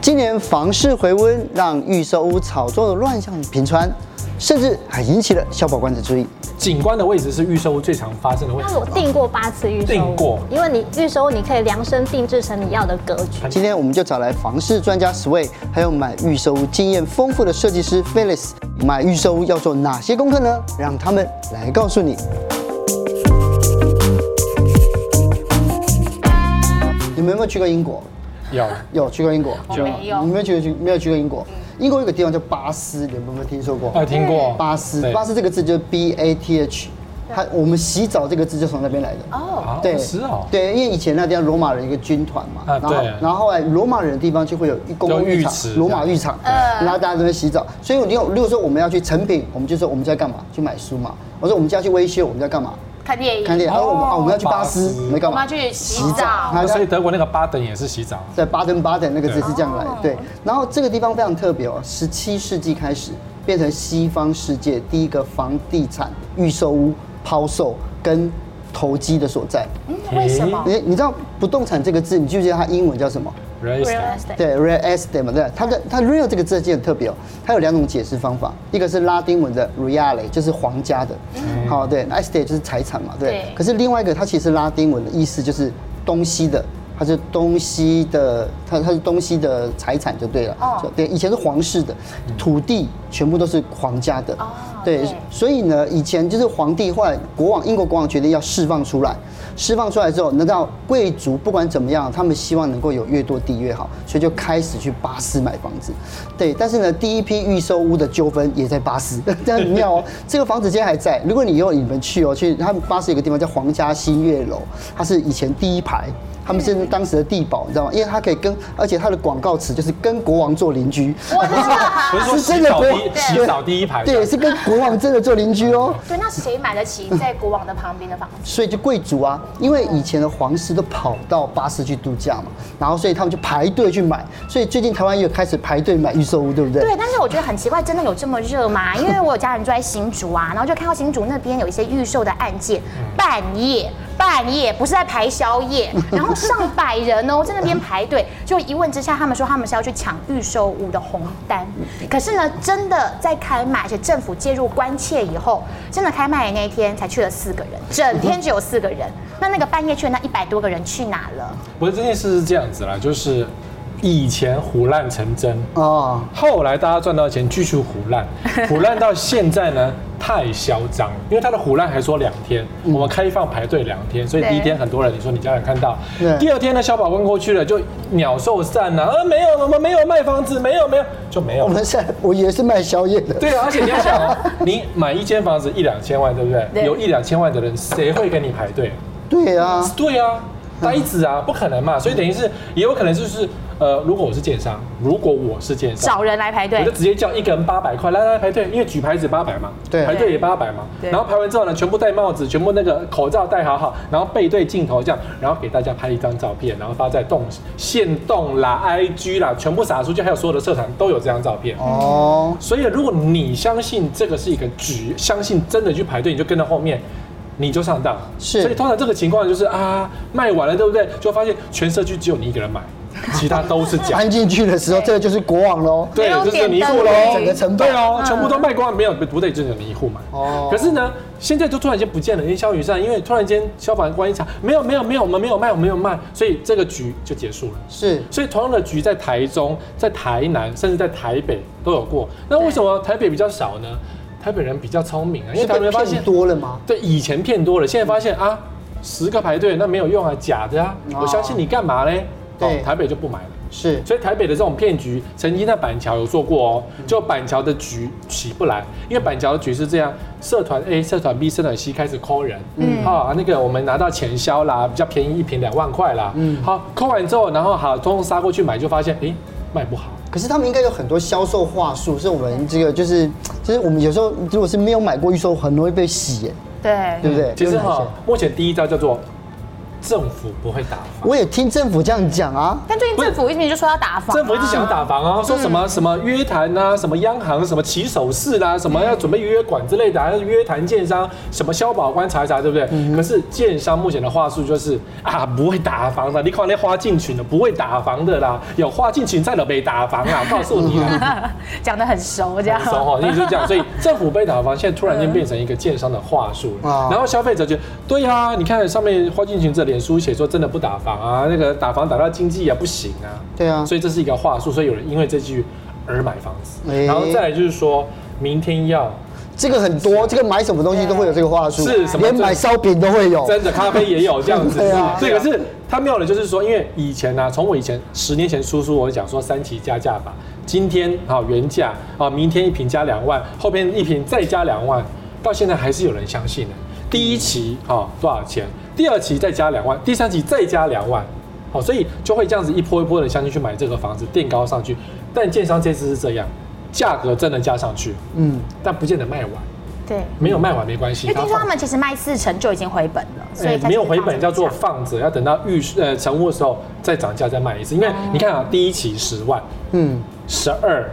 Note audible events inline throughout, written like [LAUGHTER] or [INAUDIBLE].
今年房市回温，让预售屋炒作的乱象频传，甚至还引起了消保官的注意。景观的位置是预售屋最常发生的问题但是。我订过八次预售屋，订过因为你预售屋你可以量身定制成你要的格局。今天我们就找来房市专家 Sway，还有买预售屋经验丰富的设计师 Felix，买预售屋要做哪些功课呢？让他们来告诉你。你们有没有去过英国？有，有去过英国？我没有你们有没有去过没有去过英国？英国有个地方叫巴斯，你们有没有听说过？呃，听过巴斯，对巴斯这个字就是 B A T H，它我们洗澡这个字就从那边来的。哦，啊对，是哦，对，因为以前那地方罗马人一个军团嘛，啊然后对然后后来罗马人的地方就会有一公共有浴浴场池，罗马浴场，嗯然后大家都会洗澡。所以我就，例如说我们要去成品，我们就说我们家干嘛？去买书嘛。我说我们家去维修，我们家干嘛？看电影，看电影。然后我们啊我们要去巴斯巴，斯我们干嘛？嗯我们要去洗澡然后所以德国那个巴登也是洗澡，在巴登巴登那个字是这样来的，对。然后这个地方非常特别哦，十七世纪开始变成西方世界第一个房地产预售屋抛售跟投机的所在。嗯为什么？你你知道不动产这个字，你记不记得它英文叫什么？ Real Real estate estate 对，real estate 嘛，对，啊它的它 real 这个字就很特别哦，它有两种解释方法，一个是拉丁文的 reale，就是皇家的，好、对那，estate 就是财产嘛，对。对可是另外一个，它其实拉丁文的意思就是东西的，它是东西的，它它是东西的财产就对了。哦就对，以前是皇室的，土地全部都是皇家的。对对，所以呢，以前就是皇帝，后来国王，英国国王决定要释放出来，释放出来之后，那到贵族不管怎么样，他们希望能够有越多地越好，所以就开始去巴斯买房子。对，但是呢，第一批预售屋的纠纷也在巴斯， [LAUGHS] 这样很妙哦。这个房子今天还在，如果你以后你们去哦，去他们巴斯有个地方叫皇家新月楼，它是以前第一排。他们是当时的地堡，你知道吗？因为它可以跟，而且它的广告词就是跟国王做邻居，我知道。 [LAUGHS] 不是说是真洗的澡国第一洗澡第一排这对，样，是跟国王真的做邻居哦。对，那谁买得起在国王的旁边的房子？所以就贵族啊，因为以前的皇室都跑到巴士去度假嘛，然后所以他们就排队去买，所以最近台湾又开始排队买预售屋，对不对？对，但是我觉得很奇怪，真的有这么热 [LAUGHS] 吗？因为我有家人住在新竹啊，然后就看到新竹那边有一些预售的案件，半夜半夜不是在排宵夜，然后上百人哦在那边排队，就一问之下，他们说他们是要去抢预售屋的红单，可是呢，真的在开卖，而且政府介入关切以后，真的开卖的那一天才去了四个人，整天只有四个人，那那个半夜去的那一百多个人去哪了？不是这件事是这样子啦，就是以前胡乱成真，哦，后来大家赚到钱继续胡 [LAUGHS] 乱，胡乱到现在呢太嚣张，因为他的胡乱还说两天，嗯我们开放排队两天，所以对第一天很多人，你说你家人看到对，第二天呢小保官过去了就鸟兽散呐、啊，没有我们没有卖房子，没有没有就没有我了。们现在我以为是卖宵夜的，对啊，而且你要想 [LAUGHS] 哦，你买一间房子一两千万，对不对？对有一两千万的人，谁会跟你排队？对啊，对啊，呆子啊，不可能嘛。所以等于是也有可能就是呃，如果我是建商，如果我是建商，找人来排我队就，直接叫一个人八百块，来来来排队，因为举牌子八百嘛，对排队也八百嘛。对然后排完之后呢，全部戴帽子，全部那个口罩戴好好，然后背对镜头这样，然后给大家拍一张照片，然后发在动线动啦、IG 啦，全部撒出去，还有所有的社团都有这张照片。哦，所以，如果你相信这个是一个局，相信真的去排队，你就跟到后面，你就上当。是所以通常这个情况就是啊，卖完了，对不对？就发现全社区只有你一个人买，其他都是假。搬进去的时候，这个就是国王喽，对没，有这是你一点户灯喽笼，整个城堡对哦，全部都卖光了，没有不对，就只有你一户买。哦哦，可是呢，现在就突然间不见了，烟消云散，因为突然间消防官一查，没有没有没有，我们没有卖，我们没有卖，所以这个局就结束了。是所以同样的局在台中、在台南，甚至在台北都有过。那为什么台北比较少呢？台北人比较聪明啊，因为是台北被人发现骗，多了吗？对以前骗多了，现在发现啊，十个排队那没有用啊，假的啊，哦我相信你干嘛嘞？对哦台北就不买了。是所以台北的这种骗局，曾经在板桥有做过哦，就板桥的局起不来，因为板桥的局是这样，社团 A、社团 B、社团 C 开始抠人，嗯，好、那个我们拿到钱销啦，比较便宜一瓶两万块啦，嗯，好，抠完之后，然后好，通通杀过去买，就发现诶卖不好，可是他们应该有很多销售话术，是我们这个就是就是我们有时候如果是没有买过预售，很容易被洗耶，对对不对？嗯其就实是很哈、像目前第一招叫做政府不会打房。我也听政府这样讲啊，但最近政府一直就说要打房、啊，政府一直想打房啊，说什么什么约谈啊，什么央行什么起手式啦、什么要准备约管之类的、啊，约谈建商，什么消保官查一查，对不对？可是建商目前的话术就是啊，不会打房的，你看那花进群的不会打房的啦，有花进群在的没打房啊，告诉你啦。讲的很熟 [LAUGHS] 这样。收哈，你就这样，所以政府被打房，现在突然间变成一个建商的话术啊了。然后消费者就对啊，你看上面花进群这脸书写说真的不打房啊，那个打房打到经济也不行啊。对啊，所以这是一个话术，所以有人因为这句而买房子。哎然后再来就是说明天要这个很多，这个买什么东西都会有这个话术，是什么连买烧饼都哦会有，真的咖啡也有这 [LAUGHS] 样子，对啊对，可是他妙的就是说，因为以前呢、啊，从我以前十年前出书，我讲说三期加价法，今天啊原价啊，明天一瓶加两万，后边一瓶再加两万，到现在还是有人相信的。第一期啊多少钱？第二期再加两万，第三期再加两万。好，所以就会这样子一波一波的相信去买这个房子，垫高上去。但建商这次是这样，价格真的加上去，嗯，但不见得卖完，对，没有卖完没关系。因为哎听它说放他们其实卖四成就已经回本了，所以哎才没有回本，叫做这样放着，要等到预呃成屋的时候再涨价再卖一次。哦因为你看啊，第一期十万，嗯，十二，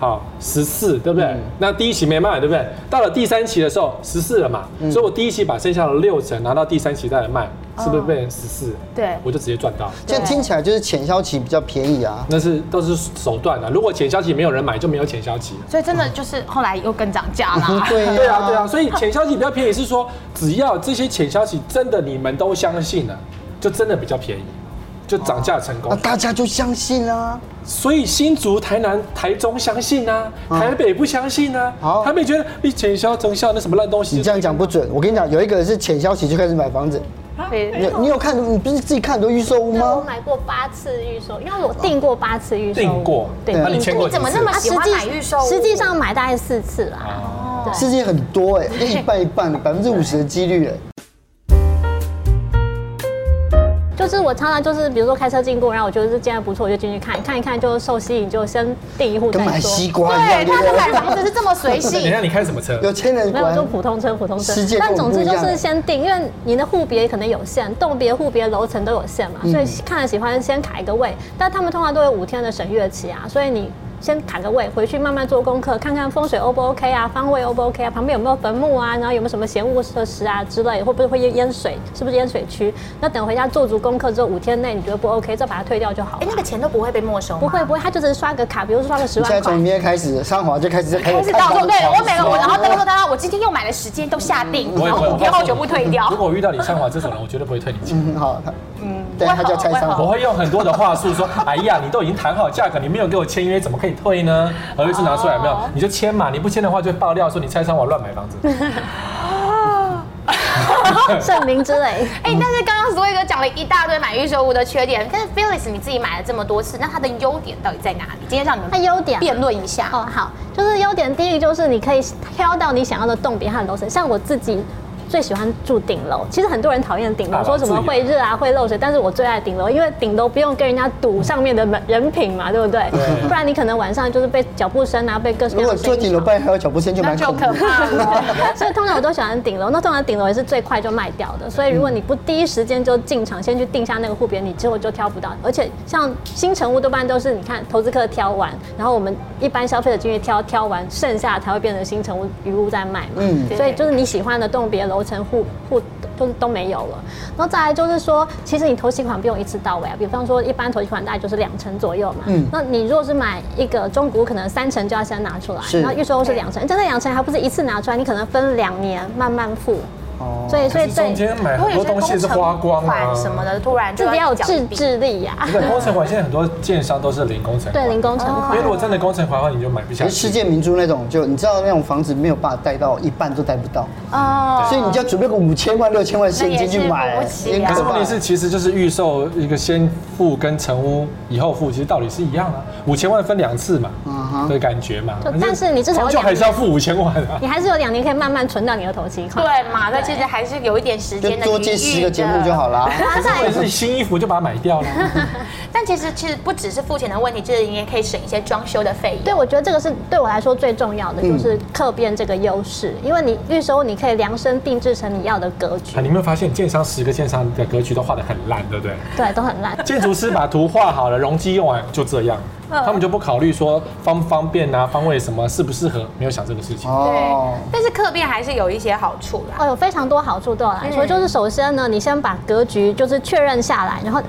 好十四，对不对？那第一期没卖，对不对？到了第三期的时候，十四了嘛，所以我第一期把剩下的六成拿到第三期再来卖，是不是变成十四？哦对我就直接赚到。这样听起来就是潜销期比较便宜啊，。那是都是手段啊，如果潜销期没有人买，就没有潜销期了。所以真的就是后来又更涨价啦对啊 [LAUGHS] [LAUGHS] 对啊，对啊，所以潜消息比较便宜是说，只要这些潜消息真的你们都相信了，就真的比较便宜，就涨价成功那。大家就相信啦、啊，所以新竹、台南、台中相信啊，嗯台北不相信啊好，台北觉得你潜销、增效那什么烂东西你这，样讲不准，我跟你讲，有一个人是潜销期就开始买房子， [LAUGHS] 对你有你有看，你不是自己看很多预售屋对，我吗？买过八次预售，因为我订过八次预售，订过对，对订那你签过你几怎么次啊那么啊喜欢买预售屋实际上买大概四次啦。世界很多哎、一半一半，百分之五十的几率哎、就是我常常就是，比如说开车经过，然后我觉得这间还不错，我就进去看看一看，就受吸引，就先订一户再跟买西说。瓜一样，对，对他不们买对？房子是这么随等一性下，你开什么车？有钱人没果有，然就普通车，普通车世界。跟但我们总不一之样就是先定，因为你的户别可能有限，栋别、户别、楼层都有限嗯嘛，所以看了喜欢先卡一个位。但他们通常都有五天的审阅期啊，所以你先卡个位，回去慢慢做功课，看看风水 O 不 OK 啊，方位 O 不 OK 啊，旁边有没有坟墓啊，然后有没有什么嫌恶设施啊之类，会不会会淹水，是不是淹水区？那等回家做足功课之后，五天内你觉得不 OK，再把它退掉就好了。哎，那个钱都不会被没收吗不会不会，他就只是刷个卡，比如说刷个 [LAUGHS] 十你现在万从块明。天开始，上华就开始在哎开开始到看处对房子我每个我，然后那个时候他说我今天又买了十间都下定，不会然不会后五天后全部退掉如。 [LAUGHS] 果我遇到李尚华这种人，我绝对不会退你钱。嗯，好，嗯，对，我他叫蔡我商我华。会用很多的话术说，哎呀，你都已经谈好价格，你没有给我签约，怎么可以退呢？哦合约书拿出来有没有？你就签嘛，你不签的话就会爆料说你拆穿我乱买房子。 [LAUGHS] 证明之类。 [LAUGHS] 哎，但是刚刚史威哥讲了一大堆买预售屋的缺点，但是 Felix 你自己买了这么多次，那它的优点到底在哪里？今天让你它们优点啊辩论一下。哦，好，就是优点第一个就是你可以挑到你想要的栋别和楼层，像我自己。最喜欢住顶楼，其实很多人讨厌顶大佬楼，说什么自己会热啊、会漏水，但是我最爱顶楼，因为顶楼不用跟人家赌上面的门人品嘛，对不对？对不然你可能晚上就是被脚步声啊，被各式各如果样的声做音顶楼吵半夜还有脚步声，就蛮恐怖的。怕了。 [LAUGHS] 所以通常我都喜欢顶楼，那通常顶楼也是最快就卖掉的。所以如果你不第一时间就进场，先去定下那个户别，你之后就挑不到。而且像新成屋多半都是你看投资客挑完，然后我们一般消费者进去挑，挑完剩下才会变成新成屋余屋再卖嘛。嗯所以就是你喜欢的栋别、楼层、户户都都没有了。然后再来就是说，其实你投息款不用一次到位啊，比方说一般投息款大概就是两成左右嘛。嗯那你如果是买一个中古屋，可能三成就要先拿出来，是然后预售屋是两成，但是两成还不是一次拿出来，你可能分两年慢慢付。哦所以所以可是中对间买如很果有多些东西工是程花光啊款什么的，突然就自己要有讲自比制力呀、不是工程款，现在很多建商都是零工程款。对，零工程因哦款为。如果真的工程款的话，你就买不下可去。是世界明珠那种，就你知道那种房子没有办法贷到一半都贷不到，哦所以你就要准备个五千万、六千万现金去买。那也是付不起啊可是很可问怕欸题是，其实就是预售一个先付跟成屋以后付，其实道理是一样啊，五千万分两次嘛嗯哼的感觉嘛就。但是你至少有终究还两 [LAUGHS] 是要付五千万啊。你还是有两年可以慢慢存到你的投期款。对嘛，再其实还是有一点时就间的多接余十裕个的节目就好啦。然后再或者是新衣服就把它买掉 [LAUGHS] 了。 [LAUGHS] 啊但其实其实不只是付钱的问题，就是你也可以省一些装修的费用。对，我觉得这个是对我来说最重要的，嗯就是客变这个优势，因为你预收你可以量身定制成你要的格局啊，，你有没有发现建商十个建商的格局都画得很烂，对不 [LAUGHS] 对？对，都很烂。建筑师把图画好了，容积用完就这样，嗯他们就不考虑说方不方便啊、方位什么适不适合，没有想这个事情。哦，但是客变还是有一些好处啦。哦，有非常多好处对我来说，嗯就是首先呢，你先把格局就是确认下来，然后。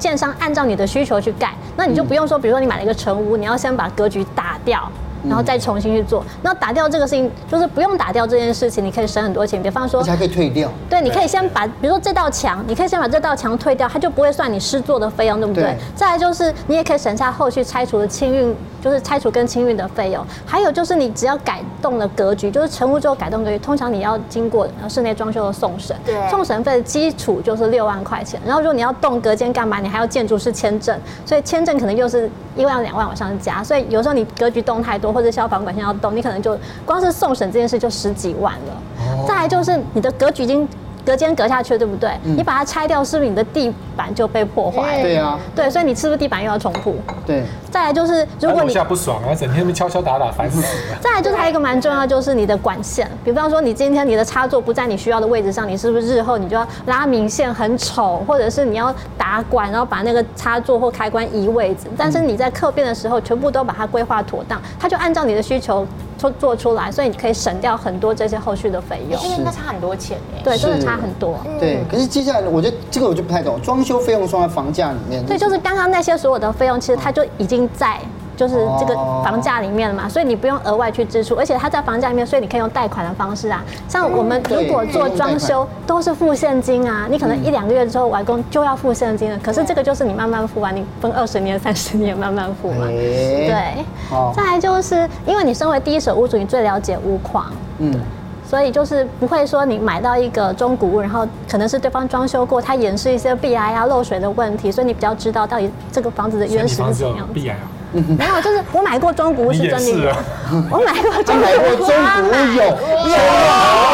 建商按照你的需求去盖，那你就嗯不用说，比如说你买了一个成屋，你要先把格局打掉，嗯然后再重新去做。那打掉这个事情，就是不用打掉这件事情，你可以省很多钱。比方说而且，还可以退掉。对，你可以先把，比如说这道墙，你可以先把这道墙退掉，它就不会算你施作的费用，对不对？对再来就是你也可以省下后续拆除的清运，就是拆除跟清运的费用。还有就是你只要改动了格局，就是成屋之后改动格局，通常你要经过呃室内装修的送审，对送审费的基础就是六万块钱。然后如果你要动隔间干嘛，你还要建筑师签证，所以签证可能又是一万两万往上加。所以有时候你格局动太多，或者消防管线要动，你可能就光是送审这件事就十几万了。再来就是你的格局已经隔间隔下去了，对不对？你把它拆掉，是不是你的地板就被破坏了？对啊，对，所以你是不是地板又要重铺？对，再来就是，如然后果楼你下不爽啊，整天被敲敲打打，烦死了。再来就是还有一个蛮重要，就是你的管线。比方说，你今天你的插座不在你需要的位置上，你是不是日后你就要拉明线很丑，或者是你要打管，然后把那个插座或开关移位置？但是你在客变的时候，全部都把它规划妥当，它就按照你的需求做做出来，所以你可以省掉很多这些后续的费用。因为那差很多钱哎。对，真的是差很多。对，可是接下来我就这个我就不太懂，装修费用算在房价里面。对，就是刚刚那些所有的费用，其实它就已经在就是这个房价里面了嘛，所以你不用额外去支出，而且它在房价里面，所以你可以用贷款的方式啊。像我们如对果做用贷装款修都是付现金啊，你可能一两个月之后完工就要付现金了，可是这个就是你慢慢付完，啊你分二十年、三十年慢慢付嘛。哎对好，再来就是因为你身为第一手屋主，你最了解屋况，嗯，所以就是不会说你买到一个中古屋，然后可能是对方装修过，它演示一些壁癌啊、漏水的问题，所以你比较知道到底这个房子的所以原你始房是子怎有样。必然啊， [LAUGHS] 没有，就是我买过中古屋你是也真的是有啊，。我买过中你买过古中屋啊，古屋有，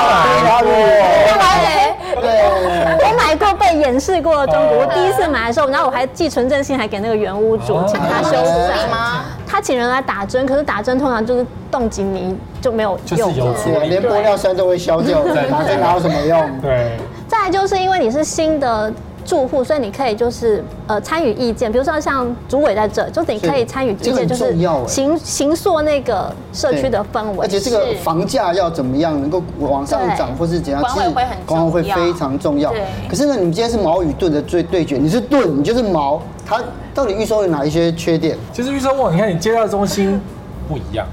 对，我买过被演示过的中古屋。第一次买的时候，然后我还寄存证信还给那个原屋主哦，请他修哎缮吗？他请人来打针，可是打针通常就是冻紧泥就没有就是用。有对啊，连玻尿酸都会消掉，拿针拿有什么用？对，再来就是因为你是新的住户，所以你可以就是呃参与意见，比如说像组委在这，就是你可以参与意这个很见，就是重要哎形形塑那个社区的氛围。而且这个房价要怎么样能够往上涨，对或是怎样？管委会很重要管委会非常重要对。可是呢，你们今天是矛与盾的对对决，你是盾，你就是矛，它到底预售有哪一些缺点？其实预售屋，你看你接到的中心不一样。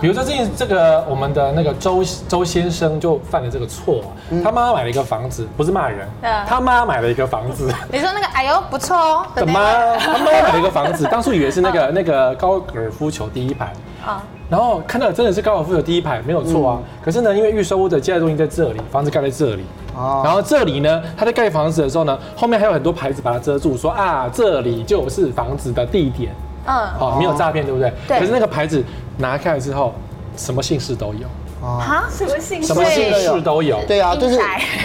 比如说这这个我们的那个周周先生就犯了这个错，啊他妈买了一个房子，不是骂人嗯，他妈买了一个房子，你说那个哎呦不错哦他妈他妈买了一个房子，当 [LAUGHS] 初以为是那个那个高尔夫球第一排，啊，然后看到真的是高尔夫球第一排，没有错啊。可是呢，因为预售屋的建筑中心在这里，房子盖在这里。哦然后这里呢，他在盖房子的时候呢，后面还有很多牌子把它遮住，说啊，这里就是房子的地点，嗯，哦，没有诈骗，对不对？对可是那个牌子拿开来之后，什么姓氏都有，啊，哈，什么姓什么姓氏都有。对啊，就是 [LAUGHS]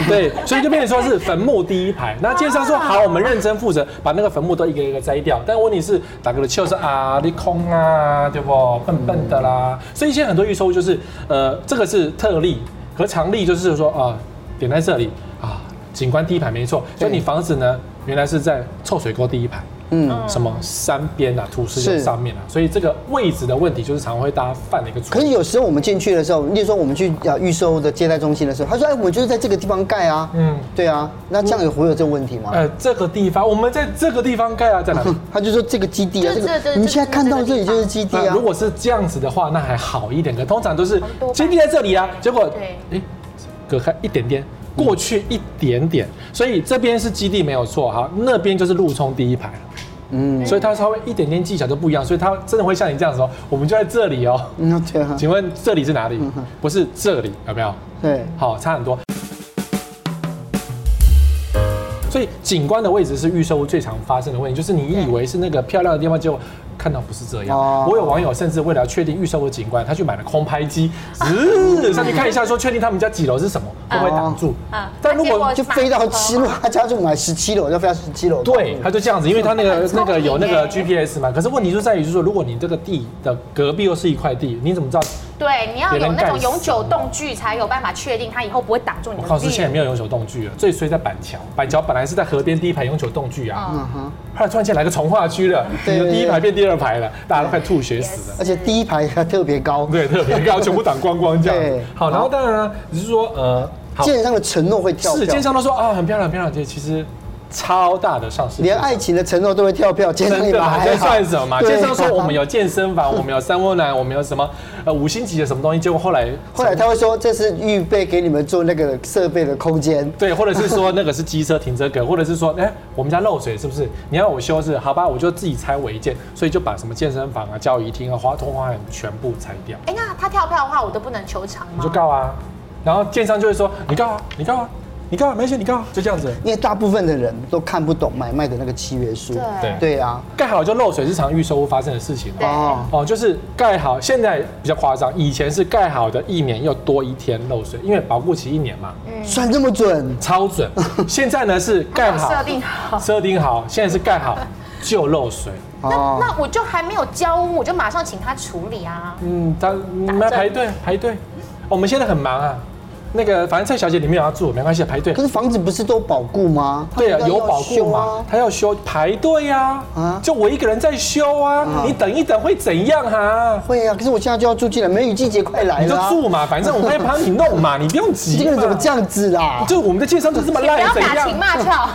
对，所以就变成说是坟墓第一排。那建商说好，我们认真负责把那个坟墓都一个一个摘掉。但问题是，打个的球是啊，你空啊，对不？笨笨的啦。所以现在很多预售屋就是，呃，这个是特例和常例，就是说啊，点在这里啊，景观第一排没错。所以你房子呢，原来是在臭水沟第一排。嗯。什么山边啊，土石流是上面啊，所以这个位置的问题就是常常会大家犯的一个错可误。是有时候我们进去的时候，例如说我们去啊预售的接待中心的时候，他说：“哎，我们就是在这个地方盖啊。”嗯嗯，对啊，那这样有会有这个问题吗？呃，这个地方我们在这个地方盖啊，在哪里？他就说这个基地啊，这就是这个这你们现在看到这里就是基地那啊如。果是这样子的话，那还好一点。可通常都是多吧基地在这里啊，结果对哎，隔开一点点，过去一点点，所以这边是基地没有错哈，那边就是路冲第一排了。嗯，所以它稍微一点点技巧就不一样，所以它真的会像你这样说，我们就在这里哦。那对啊，请问这里是哪里？不是这里，有没有？对。好，差很多。所以景观的位置是预售屋最常发生的问题，就是你以为是那个漂亮的地方，结果看到不是这样。哦我有网友甚至为了确定预售屋景观，他去买了空拍机，直上去看一下，说确定他们家几楼是什么，会不会挡住？啊但如果就飞到七楼，他家就买十七楼，要飞到十七楼。对，他就这样子，因为他那很个聪明那个有那耶个 GPS 嘛。可是问题就在于，就是说，如果你这个地的隔壁又是一块地，你怎么知道？对，你要别有人那种干死永久动距，才有办法确定它以后不会挡住你我的告诉你，现在绿。没有永久动距了，啊最衰在板桥。板桥本来是在河边第一排永久动距啊，后来突然间来个从化区了，嗯对你的对第一对排变第二排了，大家都快吐血死了。而且第一排还特别高。对，特别高，全部挡光光这样对。好，然后当然啊，你是说呃，好，建商的承诺会跳是票奸，商都说啊很漂亮，很漂亮，这其实超大的上市，连爱。情的承诺都会跳票，建商真也的啊，还这好算什么嘛？对奸商说我们有健身房，我们有三温暖，我们有什么呃五星级的什么东西，结果后来后来他会说这是预备给你们做那个设备的空间，对，或者是说那个是机车停车格，或者是说，哎、我们家漏水是不是？你要我修是好吧，我就自己拆违建，所以就把什么健身房啊、教仪厅啊、花通花园全部拆掉，哎，那他跳票的话，我都不能求偿你吗就？告啊。然后建商就会说，你告啊，你告啊，你告啊，没事，你告啊，就这样子。因为大部分的人都看不懂买卖的那个契约书。对对啊，盖好就漏水是常预售屋发生的事情对哦。哦，哦，就是盖好，现在比较夸张，以前是盖好的一年又多一天漏水，因为保护期一年嘛，嗯算这么准，超 [LAUGHS] 准。现在呢是盖好它有设定好设定好，现在是盖 [LAUGHS] 好就漏水。那哦，那我就还没有交屋，我就马上请他处理啊。嗯，他你们要排队排队，我们现在很忙啊。那个，反正蔡小姐你们有要住，没关系，排队可。是房子不是都保固吗？对啊他，们有要保修护嘛啊，他要修排队呀啊，就我一个人在修啊啊，你等一等会怎样啊？会啊，可是我现在就要住进来，梅雨季节快来你就了啊。住嘛，反正我会帮你 [LAUGHS] 弄嘛，你不用急你嘛。这个人怎么这样子啊啦？就我们的建商就这么不烂要，怎打样情？骂俏。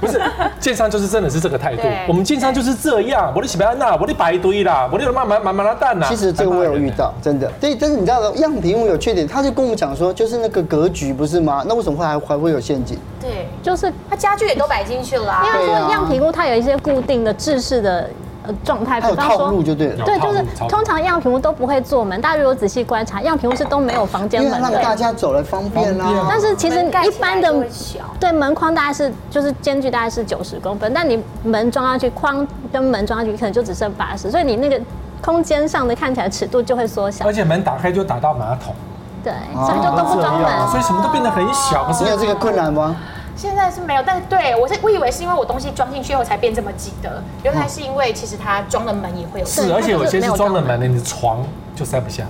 不是，建商就是真的是这个态度对。我们建商就是这样，我的喜白安娜，我的白堆啦，我的慢慢慢慢的蛋啦。其实这个我有遇到，真的。对，但是你知道样品屋有缺点，他就跟我们讲说，就是那个格局不是吗？那为什么会还还会有陷阱？ [LAUGHS] 对，就是他家具也都摆进去了啊因。为对啊说样评估它有一些固定的制式的呃状态，它有套路就对了。对，套就路是套路通常样评屋都不会做门，大家如果仔细观察，样评屋是都没有房间因为门让的。大家走来方便方便啦啊。但是其实门盖一起来般就的会小对门框大概是就是间距大概是九十公分，但你门装上去框跟门装上去可能就只剩八十，所以你那个空间上的看起来尺度就会缩小而。且门打开就打到马桶，对，哦所以就都不装这样啊所门。以什么都变得很小。可是你有这个困难吗？现在是没有，但是对我是我以为是因为我东西装进去后才变这么挤的，原来是因为其实它装了门也会有。是，而且有些是装了门的，你的床就塞不下。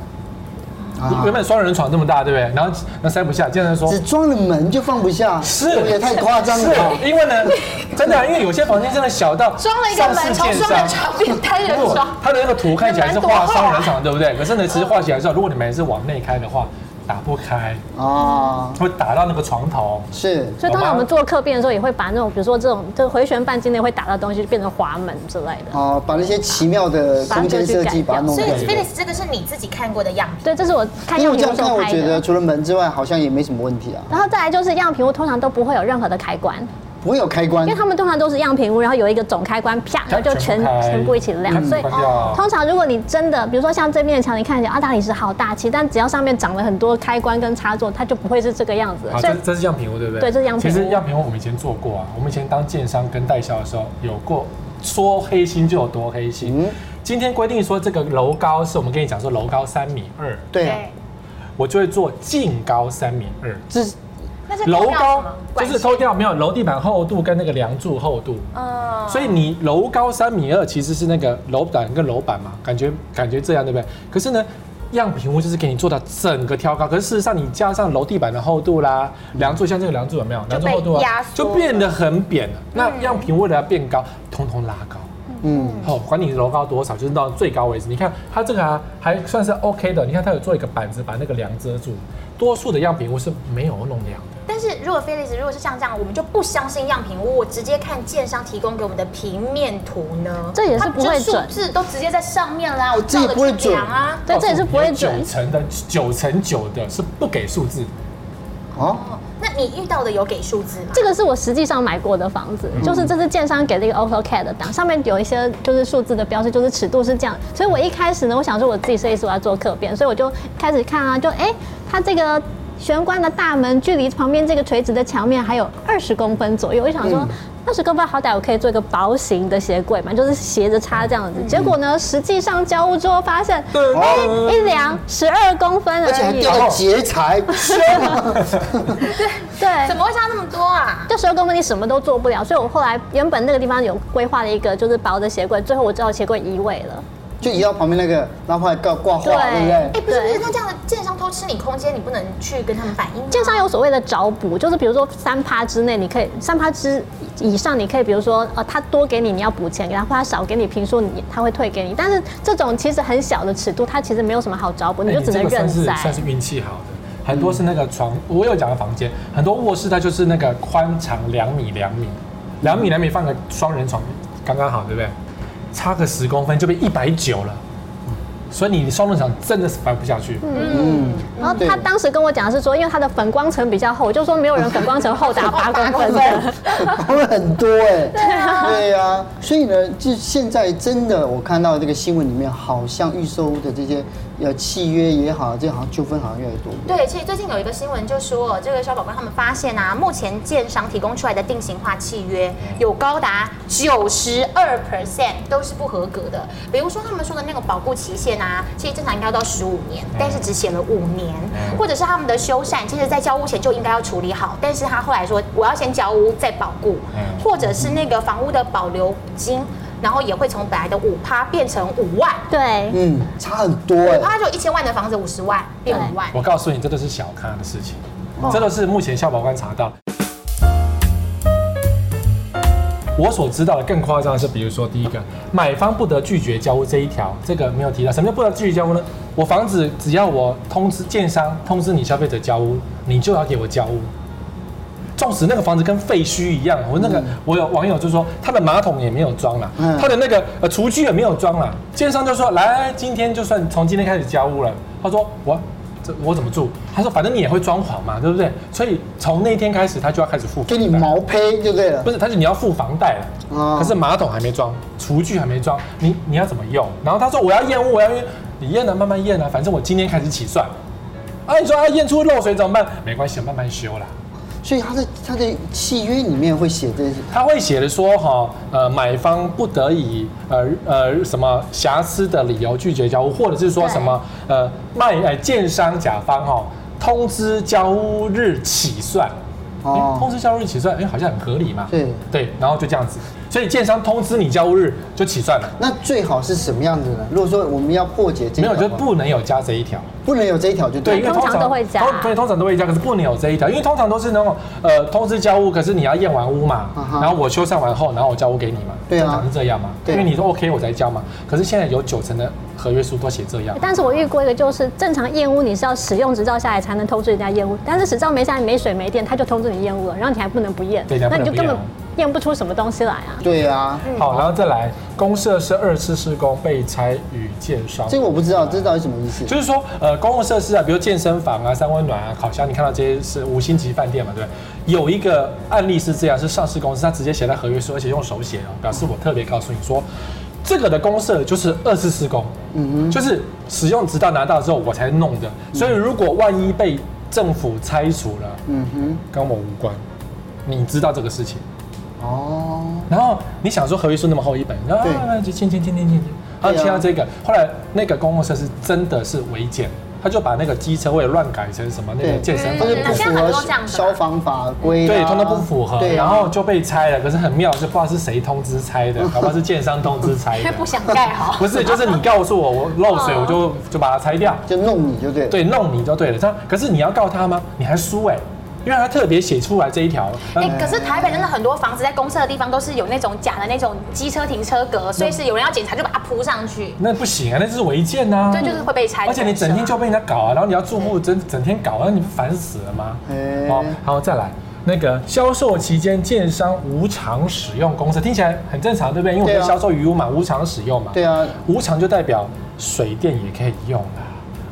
啊原本双人床这么大，对不对？然后那塞不下，建商说只装了门就放不下，是这个也太夸张了是吧。因为呢，真的啊、因为有些房间真的小到装了一个门，从双人床变单人不床，它的那个图看起来是画双啊人床，对不对？可是呢，其实画起来之后，如果你们是往内开的话，打不开，啊，会打到那个床头。是所以通常我们做客变的时候，也会把那种比如说这种这个回旋半径内会打到东西，就变成滑门之类的。哦，把那些奇妙的空间设计把它弄所掉以。对 Felix 这个是你自己看过的样品，对，这是我看因为样我这样品屋的时看，候我拍觉的得。除了门之外，好像也没什么问题啊，然后再来就是样品屋，通常都不会有任何的开关，不会有开关因为。他们通常都是样品屋，然后有一个总开关，啪，然后就全开全部一起亮。嗯所以关掉通常如果你真的，比如说像这面墙，你看起来啊，大理石好大气，但只要上面长了很多开关跟插座，它就不会是这个样子。好，所以这这是样品屋，对不对？对这是样品屋其实样品屋我们以前做过啊，我们以前当建商跟代销的时候有过，说黑心就有多黑心。嗯今天规定说这个楼高是我们跟你讲说楼高三米二，对啊，我就会做净高三米二。这是那是楼扣掉高什么就关系是抽掉没有楼地板厚度跟那个梁柱厚度，嗯所以你楼高三米二其实是那个楼板跟楼板嘛，感觉感觉这样对不对？可是呢，样品屋就是给你做到整个挑高，可是事实上你加上楼地板的厚度啦，梁柱像这个梁柱有没有？梁柱厚度被压啊，缩就变得很扁了。那样品屋为了要变高，通通拉高。嗯，哦，管你楼高多少，就是到最高为止。你看它这个啊，还算是 OK 的。你看它有做一个板子把那个梁遮住，多数的样品屋是没有弄梁的。但是如果 Felix 如果是像这样，我们就不相信样品屋，我直接看建商提供给我们的平面图呢，这也是不会准它就数字都直接在上面啦，我照这也着不会去量啊。对，这也是不会准哦九。成的九成九的是不给数字的，哦，哦，那你遇到的有给数字吗？这个是我实际上买过的房嗯子，就是这是建商给的一个 AutoCAD 的档，上面有一些就是数字的标示，就是尺度是这样。所以我一开始呢，我想说我自己设计师我要做客变，所以我就开始看啊，就哎，它这个。玄关的大门距离旁边这个垂直的墙面还有二十公分左右。我就想说，嗯二十公分好歹我可以做一个薄型的鞋柜嘛，就是斜着插这样嗯子。结果呢，实际上交屋之后发现，哎，一量十二公分而而且还已，掉了劫 [LAUGHS] 财，对怎。么会差那么多啊？就十二公分，你什么都做不了，所以我后来原本那个地方有规划了一个就是薄的鞋柜，最后我知道鞋柜移位了。就移到旁边那个，然后后来挂挂画，对不对对？ [LAUGHS] 哎，不是不是，对那这样的建商偷吃你空间，你不能去跟他们反映吗。建商有所谓的找补，就是比如说三趴之内，你可以三趴之以上，你可以比如说呃，他多给你，你要补钱给他，或他少给你评说你他会退给你。但是这种其实很小的尺度，它其实没有什么好找补，你就只能哎这个认算是栽。算是运气好的。很多是那个床，我有讲的房间，很多卧室它就是那个宽长两米两米，两米两米放个双人床刚刚好，对不对？差个十公分就变一百九了，所以你双人床真的是摆不下去。嗯，然后他对当时跟我讲的是说，因为他的粉光层比较厚，就说没有人粉光层厚达八公分的。他们很多哎、对呀、所以呢，就现在真的，我看到这个新闻里面，好像预售屋的这些呃契约也好，这好像纠纷好像越来越多。对，其实最近有一个新闻就说，这个小宝宝他们发现啊，目前建商提供出来的定型化契约有高达九十二 percent 都是不合格的。比如说他们说的那个保固期限啊，其实正常应该要到十五年，但是只写了五年，或者是他们的修缮，其实在交屋前就应该要处理好，但是他后来说我要先交屋再保固，或者是那个房屋的保留金，然后也会从本来的五趴变成五万，对，嗯，差很多哎、五趴就一千万的房子五十万变五万。我告诉你，这都是小咖的事情，这都是目前消保官查到的。我所知道的更夸张的是，比如说第一个，买方不得拒绝交屋这一条，这个没有提到。什么叫不得拒绝交屋呢？我房子只要我通知建商通知你消费者交屋，你就要给我交屋。纵使那个房子跟废墟一样，我那个、我有网友就说他的马桶也没有装啦，嗯他的那个呃厨具也没有装啦。建商就说来，今天就算从今天开始交屋了。他说我这我怎么住？他说反正你也会装潢嘛，对不对？所以从那天开始他就要开始付给你房贷毛坯就对了不。是，他是你要付房贷了，哦可是马桶还没装，厨具还没装，你你要怎么用？然后他说我要验屋，我要验，你验啊，慢慢验啊，反正我今天开始起算。啊，你说啊，验出漏水怎么办？没关系，慢慢修啦。所以他的他的契约里面会写这些，他会写的说哈，呃，买方不得以呃呃什么瑕疵的理由拒绝交屋，或者是说什么呃卖呃建商甲方哈、通知交屋日起算，哦哦，通知交屋日起算，哎、好像很合理嘛，对对，然后就这样子，所以建商通知你交屋日就起算了，那最好是什么样子呢？如果说我们要破解这一没条有的就话，是不能有加这一条。不能有这一条就对，对因了。为通常都会加通对，通常都会加，可是不能有这一条，因为通常都是那种呃通知交屋，可是你要验完屋嘛啊哈，然后我修缮完后，然后我交屋给你嘛，对啊正常是这样嘛，对因为你说 OK 我才交嘛，可是现在有九成的合约书都写这样，但是我遇过一个，就是正常验屋你是要使用执照下来才能通知人家验屋，但是执照没下来，没水没电，他就通知你验屋了，然后你还不能不验，对你还不那能你就根不验本哦验不出什么东西来啊。对啊，好，然后再来公社是二次施工被拆与建商，这个我不知道，这到底什么意思？就是说，呃，公共设施啊，比如健身房啊、三温暖啊、烤箱，你看到这些是五星级饭店嘛，对不对？有一个案例是这样，是上市公司，他直接写在合约书，而且用手写哦，表示我特别告诉你说，这个的公社就是二次施工，嗯就是使用执照拿到之后我才弄的，所以如果万一被政府拆除了，嗯哼，跟我无关，你知道这个事情。哦，然后你想说合约书那么厚一本，然后啊就签签签签签签，然后啊签到啊这个，后来那个公共设施真的是违建，他就把那个机车位乱改成什么那个健身这房是的不符部分。合消防法规啦，对，通通不符合，对啊，然后就被拆了。可是很妙，就不知道是谁通知拆 [LAUGHS] 的，搞不好是建商通知拆的。 [LAUGHS] 不想盖好。不是，就是你告诉我我漏水，我就就把它拆掉。就弄你就对了。对，弄你就对了。这样，可是你要告他吗？你还输哎，因为他特别写出来这一条。哎、可是台北真的很多房子在公厕的地方都是有那种假的那种机车停车格，所以是有人要检查就把它铺上去，那不行啊，那就是违建呐、啊。对，就是会被拆。而且你整天就被人家搞啊，然后你要住户整整天搞，那你不烦死了吗？哎哦，好，再来。那个销售期间，建商无偿使用公社，听起来很正常，对不对？因为我对们啊销售余屋嘛，无偿使用嘛。对啊，无偿就代表水电也可以用啦，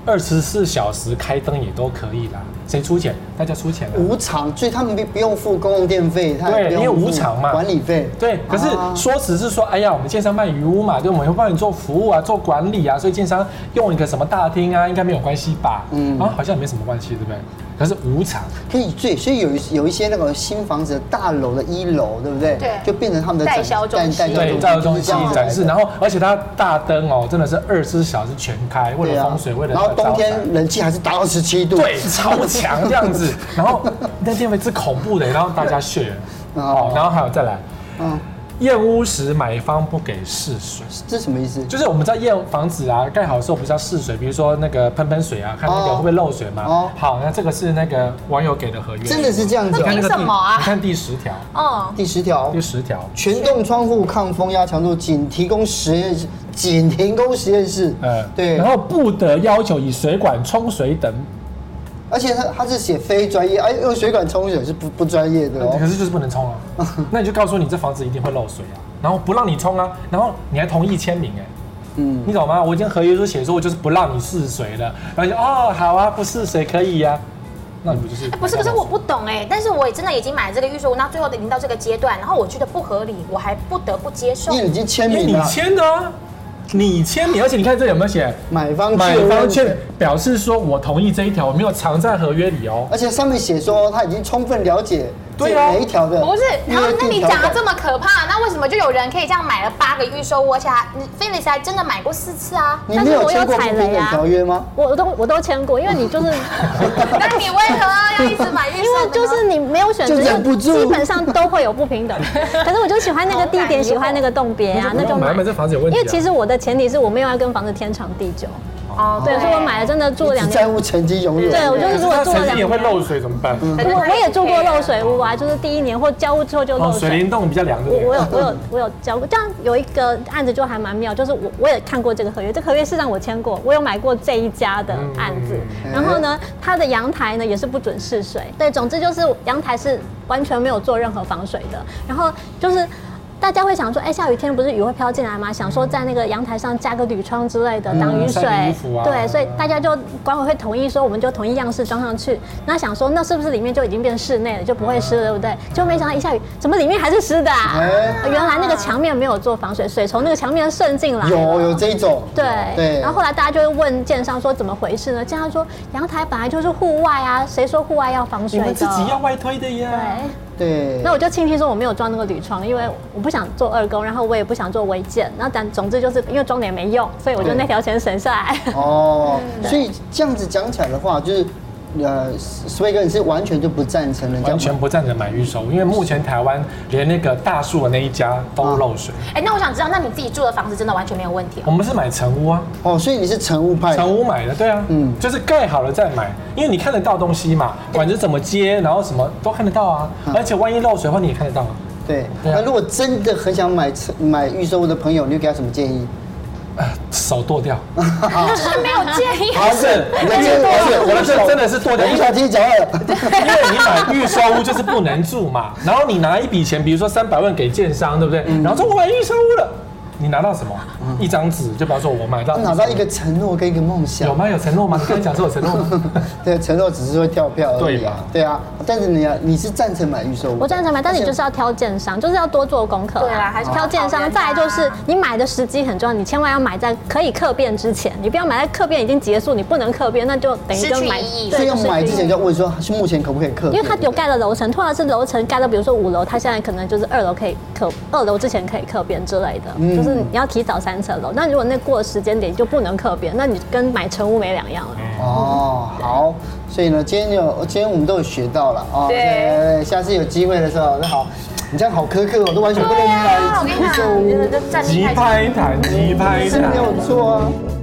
二十四小时开灯也都可以啦。谁出钱？大家出钱啦。无偿，所以他们不不用付公共电费，他也对不用因为付无偿嘛管理费。对，可是啊说辞是说，哎呀，我们建商卖鱼屋嘛，对，我们会帮你做服务啊，做管理啊，所以建商用一个什么大厅啊，应该没有关系吧？嗯嗯，啊，好像也没什么关系，对不对？可是无偿。可以对，所以有一有一些那个新房子的大楼的一楼，对不对？对就变成他们的代展销中心代代对，销在中东心就西是这样展示，子来的然后而且它大灯哦，真的是二十四小时全开，为对了啊风水，为了然后冬招财天冷气还是达到十七度，对，超强这 [LAUGHS] 样子。然后那天非是恐怖的，然后大家血哦哦，然后还有再来，嗯，验屋时买方不给试水。这什么意思？就是我们在验房子啊，盖好的时候不是要试水，比如说那个喷喷水啊，看那个哦会不会漏水嘛。哦好，那这个是那个网友给的合约，真的是这样子你哦看那个第。凭什么啊你看第十条，哦，第十条第，十条，全栋窗户抗风压强度仅提供实验室，仅提供实验室。呃，对然，后不得要求以水管冲水等，而且他他是写非专业，哎，用水管冲水是不不专业的可哦。呃是就是不能 [LAUGHS] 冲啊。那你就告诉你这房子一定会漏水啊，然后不让你冲啊，然后你还同意签名哎、嗯，你懂吗？我已经合约书写说，我就是不让你试水了，然后你就哦好啊，不试水可以呀、啊那你不就是？不是，可是我不懂哎，但是我也真的已经买这个预售屋，那最后已经到这个阶段，然后我觉得不合理，我还不得不接受因。为已经签因为名你了，签的、啊，你签名，而且你看这有没有写？哦买方买确认方确表示说我同意这一条，我没有藏在合约里哦。而且上面写说他已经充分了解对啊这每一条的约定条款。不是，然后那你讲的这么可怕，那为什么就有人可以这样买了八个预售屋，而且还菲利斯还真的买过四次啊？你没有签过不平等条约吗？我都我都签过，因为你 [LAUGHS] 就是那你为何要一直买预售因呢？为 [LAUGHS] 就是你没有选择，就忍不住基本上都会有不平等。可是我就喜欢那个地点，喜欢那个栋别啊，那就买买这房子有问题、因啊。为其实我的前提是我没有要跟房子天长地久，哦，对，所以我买了真的住了你两只在哦年。乎曾经拥有。对我就是如果那住了曾两嗯经也年，会漏水怎么办？反正我他我也是住过可以的漏水屋啊，就是第一年或交屋之后就哦，漏水水。帘洞比较凉的。我我有我有我有交过，这样有一个案子就还蛮妙，就是我我也看过这个合约，这个合约是让我签过，我有买过这一家的案子，嗯然后哎呢，它的阳台呢也是不准试水，对，总之就是阳台是完全没有做任何防水的，然后就是。大家会想说，哎、下雨天不是雨会飘进来吗？想说在那个阳台上加个铝窗之类的嗯挡雨水，晒个衣服啊对，所以大家就管委会同意说，我们就同一样式装上去。那想说，那是不是里面就已经变室内了，就不会湿了，对不对？就没想到一下雨，怎么里面还是湿的、啊？哎原来那个墙面没有做防水，水从那个墙面渗进来。有有。这一种。啊对，对。然后后来大家就会问建商说怎么回事呢？建商说阳台本来就是户外啊，谁说户外要防你水的？们自己要外推的对。呀。对。那我就庆幸说我没有装那个铝窗，因为我不想做二工，然后我也不想做违建。那但总之就是因为装了也没用，所以我就对那条钱省下来。哦，所以这样子讲起来的话，就是呃，所以哥你是完全就不赞成人家完全不赞成买预售，因为目前台湾连那个大树的那一家都漏水。嗯哎，那我想知 [LAUGHS] 道，那你自己住的房子真的完全没有问题我哦？们是买成屋啊，哦，所以你是成物派的。成屋买的，对啊，嗯嗯，就是盖好了再买，因为你看得到东西嘛，管子怎么接，然后什么都看得到啊嗯，而且万一漏水的话你也看得到啊。对，对啊那如果真的很想买车买预售屋的朋友，你会给他什么建议？手剁 [LAUGHS] 掉，就是没有建议。不 [LAUGHS] 是，你不的是，建议不是，我的手手真的是剁掉，我不因小为心讲了。因为你买预售屋就是不能住嘛，然后你拿一笔钱，比如说三百万给建商，对不对？嗯然后说我买预售屋了，你拿到什么？一张纸，就比方说我买到他拿到一个承诺跟一个梦有想，吗？有承诺吗？你刚才讲说有承诺 [LAUGHS] 吗？对，承诺只是会跳票而已对啊吧。对啊，但是你啊，你是赞成买预售屋？我赞成买，但是你就是要挑建商，就是要多做功课。对啊还是挑建好商。人啊再来就是你买的时机很重要，你千万要买在可以客变之前，你不要买在客变已经结束，你不能客变，那就等于就失去买意义所以要就失去买之意前义就要问说，是目前可不可以克？因为它有盖了楼层，通常是楼层盖到，比如说五楼，它现在可能就是二楼可以可二楼之前可以客变之类的，嗯就是你要提早三层楼。那如果那过了时间点就不能客变，那你跟买成屋没两样了。哦，好，所以呢，今天有今天我们都有学到了哦。对下次有机会的时候，那好，你这样好苛刻哦，我都完全不能对啊，我买跟你预售讲，屋你，真的占急厉害。拍谈，急拍是谈没。有错啊。